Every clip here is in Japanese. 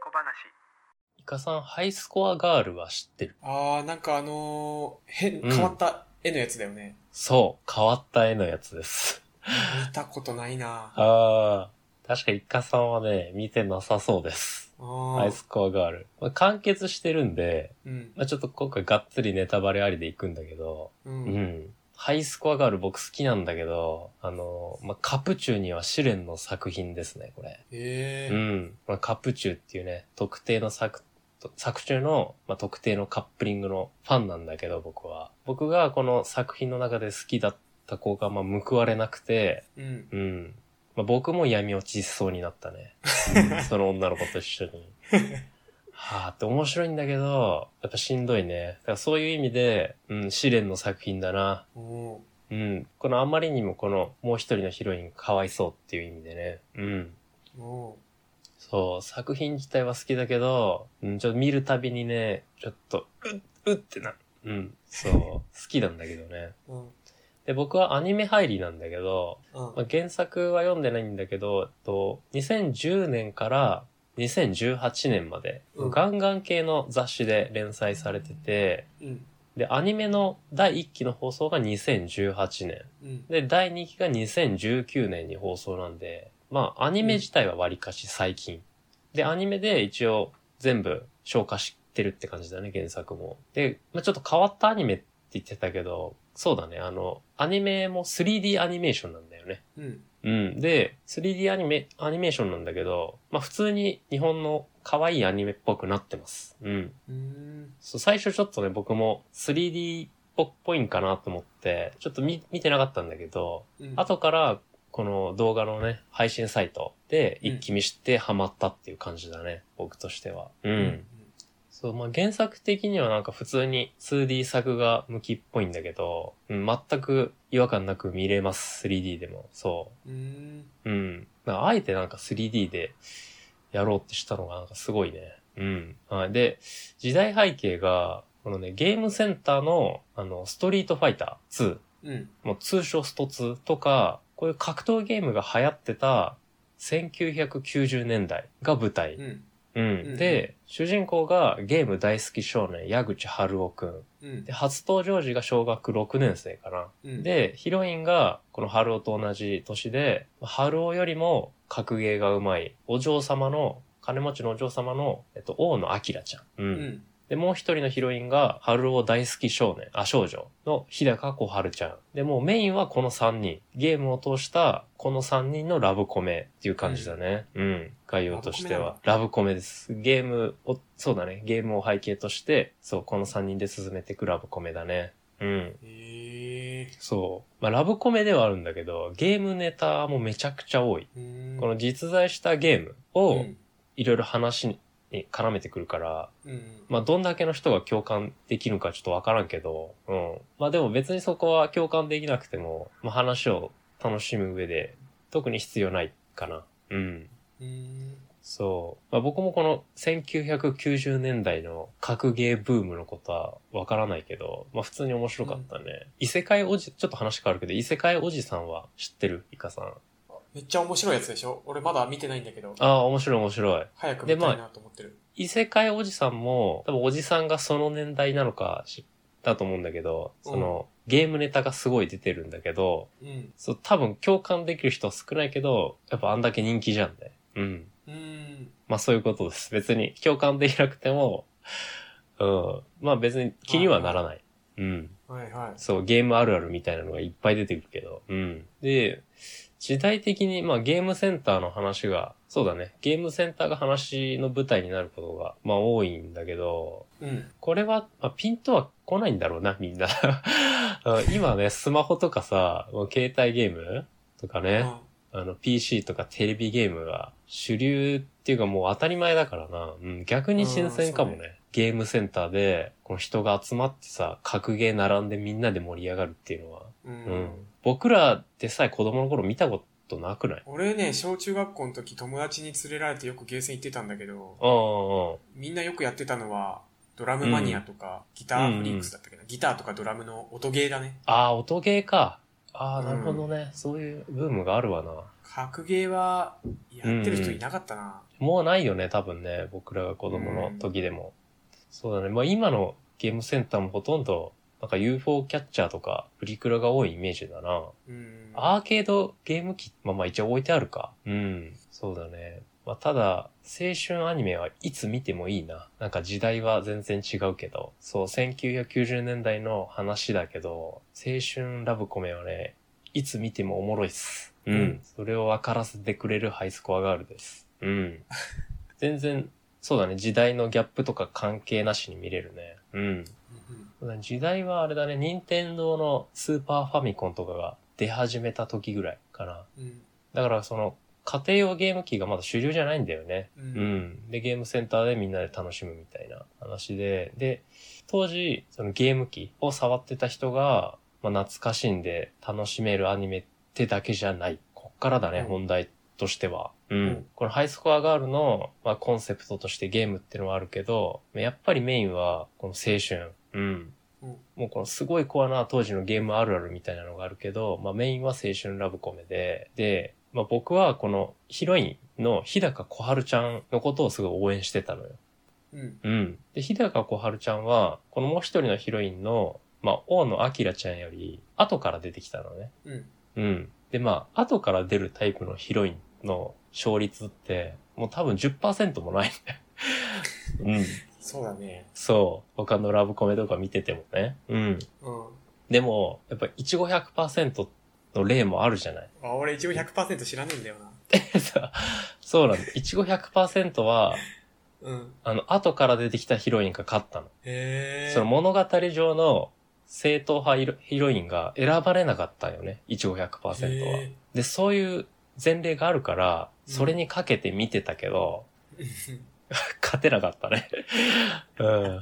小話イカさん、ハイスコアガールは知ってるあー、なんかあのー、変、うん変わった絵のやつだよね。そう、変わった絵のやつです。見たことないなああー、確かイカさんはね、見てなさそうです。ハイー。スコアガール。まあ、完結してるんで、うん。まあ、ちょっと今回がっつりネタバレありでいくんだけど、う。うんん。ハイスコアガール僕好きなんだけど、あの、まあ、カプチューには試練の作品ですね、これ。えうー。ん。まあ、カプチューっていうね、特定の作、作中の、まあ、特定のカップリングのファンなんだけど、僕は。僕がこの作品の中で好きだった子が、まあ、報われなくて、うん。うん。まあ、僕も闇落ちしそうになったね。うんその女の子と一緒に。はあって面白いんだけど、やっぱしんどいね。だからそういう意味で、うん、試練の作品だな。おうん。このあまりにもこのもう一人のヒロインかわいそうっていう意味でね。うん。ー。おそう、作品自体は好きだけど、うん、ちょっと見るたびにね、ちょっと、うっ、うってなる。うん。そう。 好きなんだけどね。ー。うん。で、僕はアニメ入りなんだけど、うんまあ、原作は読んでないんだけど、えっと、2010年から2018年まで、うんガンガン系の雑誌で連載されてて、うん。で、アニメの第1期の放送が2018年。うん。で、第2期が2019年に放送なんで、まあ、アニメ自体は割かし最近。で、アニメで一応全部消化してるって感じだね、原作も。で、まあ、ちょっと変わったアニメって言ってたけど、そうだね、あの、アニメも 3D アニメーションなんだよね。うん。うん。で、3D アニメ、アニメーションなんだけど、まあ普通に日本の可愛いアニメっぽくなってます。うん。うーん。そう、最初ちょっとね、僕も 3D っぽいんかなと思って、ちょっと見、見てなかったんだけど、うん後から、この動画のね、配信サイトでうん一気見してハマったっていう感じだね、僕としては。う。。うんそう、まあ、原作的にはなんか普通に 2D 作が向きっぽいんだけど、うん、全く違和感なく見れます、3D でも。そう。うーん。うん。なんかあえてなんか 3D でやろうってしたのがなんかすごいね。うん。はい。で、時代背景が、このね、ゲームセンターの、あの、ストリートファイター2、うん。もう通称スト2とか、こういう格闘ゲームが流行ってた1990年代が舞台。うん。うん。んで、主人公がゲーム大好き少年、矢口春夫くん。うんで、。初登場時が小学6年生かな。うん、で、ヒロインが、この春尾と同じ年で、春尾よりも格ゲーがうまい、お嬢様の、金持ちのお嬢様の、えっと、大野明ちゃん。う。うんん。で、もう一人のヒロインが、春尾大好き少年、あ、少女の日高小春ちゃん。で、もうメインはこの三人。ゲームを通した、この三人のラブコメっていう感じだね。うん。概要としては。ラブコメです。ゲームを、そうだね。ゲームを背景として、そう、この三人で進めていくラブコメだね。うん。えそう。まあ、ラブコメではあるんだけど、ゲームネタもめちゃくちゃ多い。ー。うーんこの実在したゲームをうんいろいろ話に絡めてくるから、うん。まあ、どんだけの人が共感できるかちょっとわからんけど、うん。まあ、でも別にそこは共感できなくても、まあ、話を楽しむ上で特に必要ないかな。うん。うーん。そう。まあ、僕もこの1990年代の格ゲーブームのことはわからないけど、まあ普通に面白かったね。異世界おじ、ちょっと話変わるけど、異世界おじさんは知ってるイカさん。めっちゃ面白いやつでしょ俺まだ見てないんだけど。ああ、面白い面白い。早くで見たいなと思ってる。異世界おじさんも、多分おじさんがその年代なのかし、だと思うんだけど、その、ゲームネタがすごい出てるんだけど、うん。そう、多分共感できる人は少ないけど、やっぱあんだけ人気じゃんね。うん。うーん。まあそういうことです。別に共感できなくても、うん。まあ別に気にはならない。うん。はいはい。そう、ゲームあるあるみたいなのがいっぱい出てくるけど。うん。で、時代的に、まあゲームセンターの話が、そうだね。ゲームセンターが話の舞台になることが、まあ多いんだけど、うん。これは、まあ、ピントは来ないんだろうな、みんな。 うん今ね、スマホとかさ、もう携帯ゲームとかね。ああの、PC とかテレビゲームが主流っていうかもう当たり前だからな。うん、逆に新鮮かもうんね。ゲームセンターで、この人が集まってさ、格ゲー並んでみんなで盛り上がるっていうのは。ううん。ん。僕らでさえ子供の頃見たことなくない俺ね、小中学校の時友達に連れられてよくゲーセン行ってたんだけど、うんうんうん。みんなよくやってたのは、ドラムマニアとか、ギターフリークスだったっけど、ギターとかドラムの音ゲーだね。ああ、音ゲーか。ああ、なるほどね、そういうブームがあるわな。格ゲーはやってる人いなかったな。もうないよね、多分ね。僕らが子供の時でも。そうだね。まあ今のゲームセンターもほとんど、なんか UFO キャッチャーとか、プリクラが多いイメージだな。うん。アーケードゲーム機、まあまあ一応置いてあるか。うん。そうだね。まあただ、青春アニメはいつ見てもいいな。なんか時代は全然違うけど。そう、1990年代の話だけど、青春ラブコメはね、いつ見てもおもろいっす。うん。うんそれを分からせてくれるハイスコアガールです。 うん。全然、そうだね。時代のギャップとか関係なしに見れるね。うん。うん時代はあれだね、任天堂のスーパーファミコンとかが出始めた時ぐらいかな。うん。だからその、家庭用ゲーム機がまだ主流じゃないんだよね。う。うんん。で、ゲームセンターでみんなで楽しむみたいな話で、で、当時、そのゲーム機を触ってた人が、まあ、懐かしんで楽しめるアニメってだけじゃない。こっからだね、うん本題としては。うんん。このハイスコアガールの、まあ、コンセプトとしてゲームってのはあるけど、やっぱりメインは、この青春。うん。うんもうこのすごいコアな当時のゲームあるあるみたいなのがあるけど、まあメインは青春ラブコメで、で、まあ僕はこのヒロインの日高小春ちゃんのことをすごい応援してたのよ。うん。うん。で、日高小春ちゃんは、このもう一人のヒロインの、まあ大野明ちゃんより後から出てきたのね。うん。うん。で、まあ、後から出るタイプのヒロインの勝率って、もう多分10%もないね。うん。そうだね。 そう。他のラブコメとか見ててもね。うん。うん。でも、やっぱり1500%の例もあるじゃない。 あ俺一応100%知らねえんだよな。さそうなんだ。1500%は、うん。あの、後から出てきたヒロインが勝ったの。へえ。その物語上の正統派ヒロヒロインが選ばれなかったよね。1500%は。へで、そういう前例があるから、うんそれにかけて見てたけど、 ー勝てなかったね。 うん。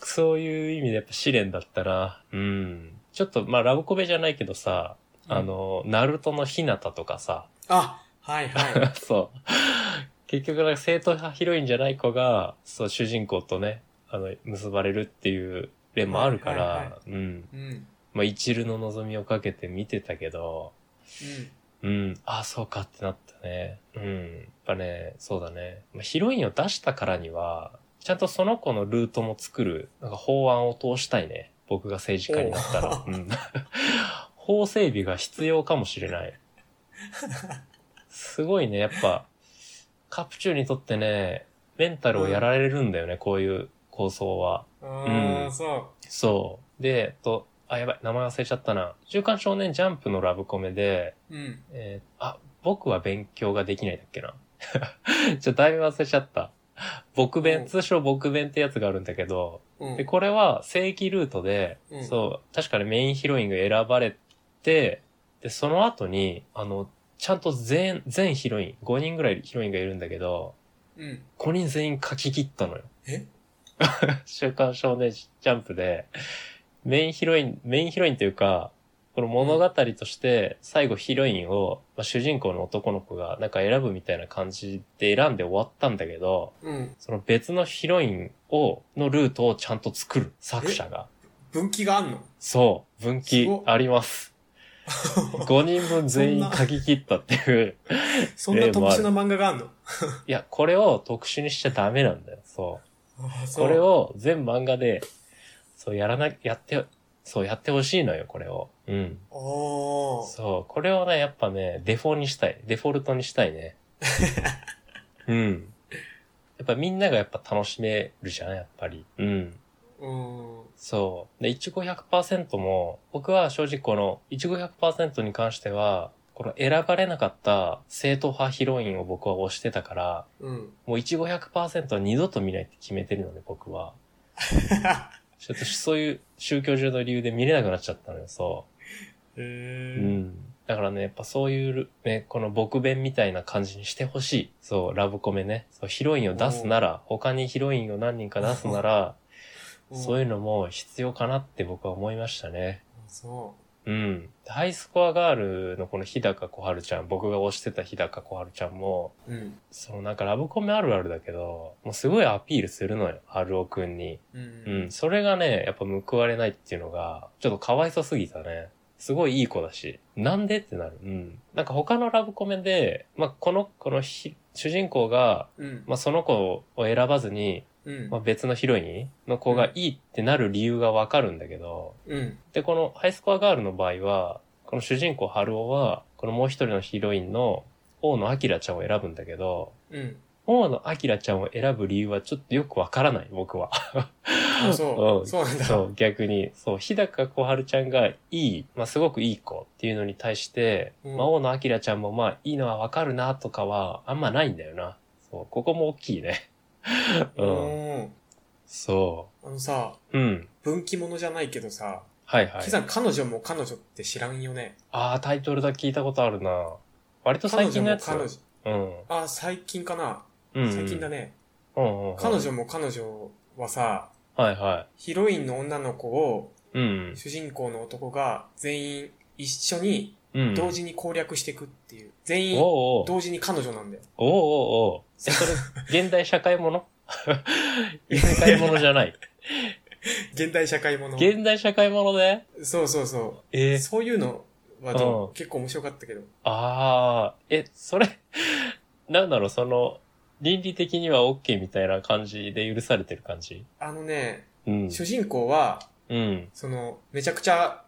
そういう意味でやっぱ試練だったな。うん。ちょっと、まあ、ラブコメじゃないけどさ、あ、の、ナルトのヒナタとかさ、 あ、はいはそう。結局、なんか正統派ヒロインじゃない子が、そう、主人公とね、あの、結ばれるっていう例もあるから、はいはいはうん。い。うん。うん。まあ、一縷の望みをかけて見てたけど、うん、あ、そうかってなったね。うん。やっぱね、そうだね。まあヒロインを出したからには、ちゃんとその子のルートも作る、なんか法案を通したいね。僕が政治家になったら。おうん、 法整備が必要かもしれない。すごいね、やっぱ、カプチューにとってね、メンタルをやられるんだよね、こういう構想は。あうあ、んそそう。で、えっと、あ、やばい、名前忘れちゃったな。週刊少年ジャンプのラブコメで、う。うん。えーあ、僕は勉強ができないだっけな。 ちょ、だいぶ忘れちゃった。僕う弁、ん通称僕弁ってやつがあるんだけど、うんで、。これは正規ルートで、うんそう、確かにメインヒロインが選ばれて、で、その後に、あの、ちゃんと全、全ヒロイン、5人ぐらいヒロインがいるんだけど、うん。 5人全員書き切ったのよ。え 週刊少年ジャンプで、メインヒロイン、メインヒロインというか、この物語として最後ヒロインを、まあ、主人公の男の子がなんか選ぶみたいな感じで選んで終わったんだけど、うん。その別のヒロインを、のルートをちゃんと作る、作者が。分岐があんのそう、分岐すごっあります。5人分全員書き切ったっていう。 そんな特殊な漫画があんのいや、これを特殊にしちゃダメなんだよ、そう。ああ、そう。これを全漫画で、そうやらな、やって、そうやってほしいのよ、これを。うん。おー。そう、これをね、やっぱね、デフォにしたい。デフォルトにしたいね。 うん。やっぱみんながやっぱ楽しめるじゃん、やっぱり。うん。うん。そう。で、1500%も、僕は正直この1500%に関しては、この選ばれなかった正統派ヒロインを僕は推してたから、うん。もう1500%は二度と見ないって決めてるので、僕は。ちょっとそういう宗教上の理由で見れなくなっちゃったのよ、そ へう。え。うん。だからね、やっぱそういう、ね、この僕弁みたいな感じにしてほしい。そう、ラブコメね。そう、ヒロインを出すなら、他にヒロインを何人か出すなら、うんそういうのも必要かなって僕は思いましたね。そうん。ハイスコアガールのこの日高小春ちゃん、僕が推してた日高小春ちゃんも、う。うん。そのなんかラブコメあるあるだけど、もうすごいアピールするのよ、春尾くんに。ううん、。それがね、やっぱ報われないっていうのが、ちょっとかわいそうすぎたね。すごいいい子だし、なんでってなる。うん。なんか他のラブコメで、まあ、この、このひ主人公が、うん。まあ、その子を選ばずに、うんまあ、。別のヒロインの子がいいってなる理由がわかるんだけど、うん。で、このハイスコアガールの場合は、この主人公春尾は、このもう一人のヒロインの大野明ちゃんを選ぶんだけど、うん。大野明ちゃんを選ぶ理由はちょっとよくわからない、僕は。あそうう。んそう なんだ。そう、逆に。そう、日高小春ちゃんがいい、まあすごくいい子っていうのに対して、うんまあ大野明ちゃんもまあいいのはわかるなとかはあんまないんだよな。そう、ここも大きいね。うん。おーそあのさ、う。うん。分岐ものじゃないけどさ、はいはいキ。さん彼女も彼女って知らんよね。ああ、タイトルだけ聞いたことあるな。割と彼女最近のもやつ。彼女。うん。あ、最近かな。うん最近だ。ね。うんうんうん彼女も彼女はさ、はいはヒロインの女の子をい。うん。主人公の男が全員一緒にうん。同時に攻略していくっていう。全員おうおう。同時に彼女なんだよ。おうおうおう。え、それ、現代社会もの 異世界ものじ ゃない。 現代社会もの。現代社会ものでそうそうそう。えーそういうのはどううん結構面白かったけど。ああ、え、それ、 なんだろう、その、倫理的には OK みたいな感じで許されてる感じあのね、うん。主人公は、うん。その、めちゃくちゃ、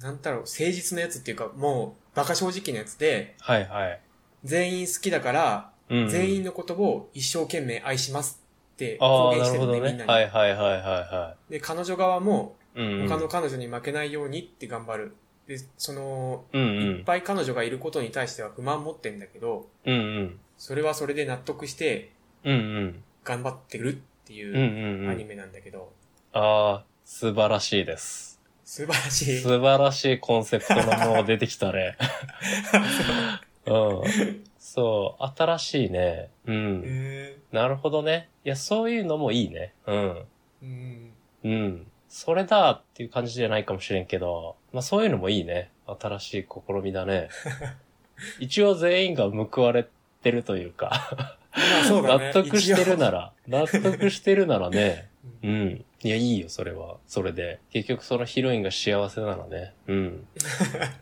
なんだろう、誠実なやつっていうか、もう、馬鹿正直なやつで、はいはい。全員好きだから、うん。全員のことを一生懸命愛しますってあ公あ、言なしるてほるね、どみんね。なに、はいはいはいはいはで、彼女側も、い。うんうん。他の彼女に負けないようにって頑張る。で、その、うんういっん。ぱい彼女がいることに対しては不満持ってんだけど、うんうん。それはそれで納得してうんうん。頑張ってるってうんういうんうアニん。メなんだけど、ああ、素晴らしいです。素晴らしい。素晴らしいコンセプトのもの出てきた ね。うん。そう、新しいね。うん。へなるほどね。いや、そういうのもいいね。うん。ーうん。うん。それだっていう感じじゃないかもしれんけど、まあそういうのもいいね。新しい試みだ ね。一応全員が報われてるというか、まあそうだね。納得してるなら。ら、納得してるならね。 ううんん。いや、いいよ、それは。それで。結局そのヒロインが幸せならね。 うん。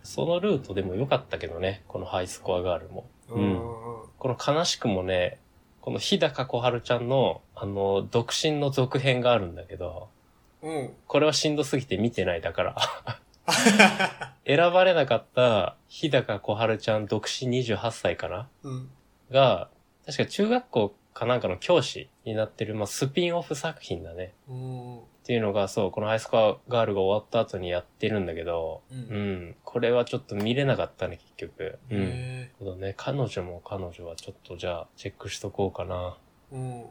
そのルートでも良かったけどね。このハイスコアガールも。うんうんうんこの悲しくもね、この日高小春ちゃんの、あの、独身の続編があるんだけど、うん。これはしんどすぎて見てないだから。 選ばれなかった日高小春ちゃん独身28歳かなうん。 が、確か中学校かなんかの教師になってる、まあ、スピンオフ作品だね。うん。っていうのが、そう、このハイスコアガールが終わった後にやってるんだけど、う。うんん、これはちょっと見れなかったね、結局。うん。へそうだね、彼女も彼女はちょっとじゃあ、チェックしとこうかな。ーうん。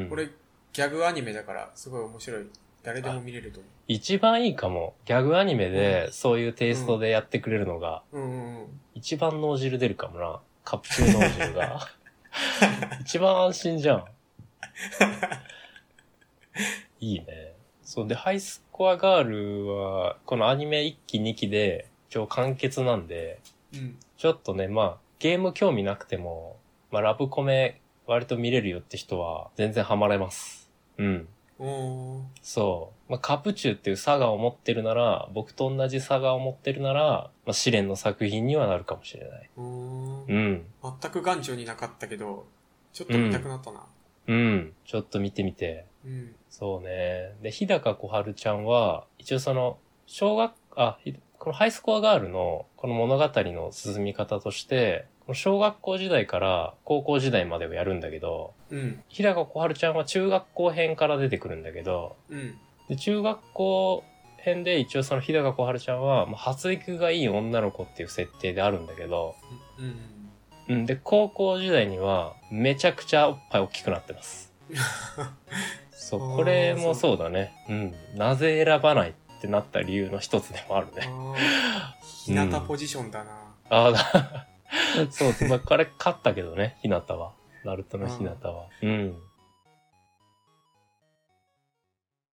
うん。これ、ギャグアニメだから、すごい面白い。誰でも見れると思一番いいかも。ギャグアニメで、そういうテイストでやってくれるのが、う。うんうんうん。一番脳汁出るかもな。カプチュー脳汁が。一番安心じゃん。いいね。そうで、ハイスコアガールは、このアニメ1期2期で、一応完結なんで、うん。ちょっとね、まあ、ゲーム興味なくても、まあ、ラブコメ割と見れるよって人は、全然ハマれます。うん。おーそう。まあ、カプチューっていうサガを持ってるなら、僕と同じサガを持ってるなら、まあ、試練の作品にはなるかもしれない。おーうん。全く眼中になかったけど、ちょっと見たくなったな。うん。ちょっと見てみて。うん。そうね。で、日高小春ちゃんは、一応その、小学、あ、ひこのハイスコアガールの、この物語の進み方として、この小学校時代から高校時代までをやるんだけど、うん。日高小春ちゃんは中学校編から出てくるんだけど、うん。で中学校編で一応その日高小春ちゃんは、まあ、発育がいい女の子っていう設定であるんだけど、うん。うんうん、で、高校時代にはめちゃくちゃおっぱい大きくなってます。そう、これもそうだね。うん。なぜ選ばないってなった理由の一つでもあるね。あー。日向ポジションだな。ああ、 だそう、まあ、これ勝ったけどね、ひなたは。ナルトのひなたは。うん。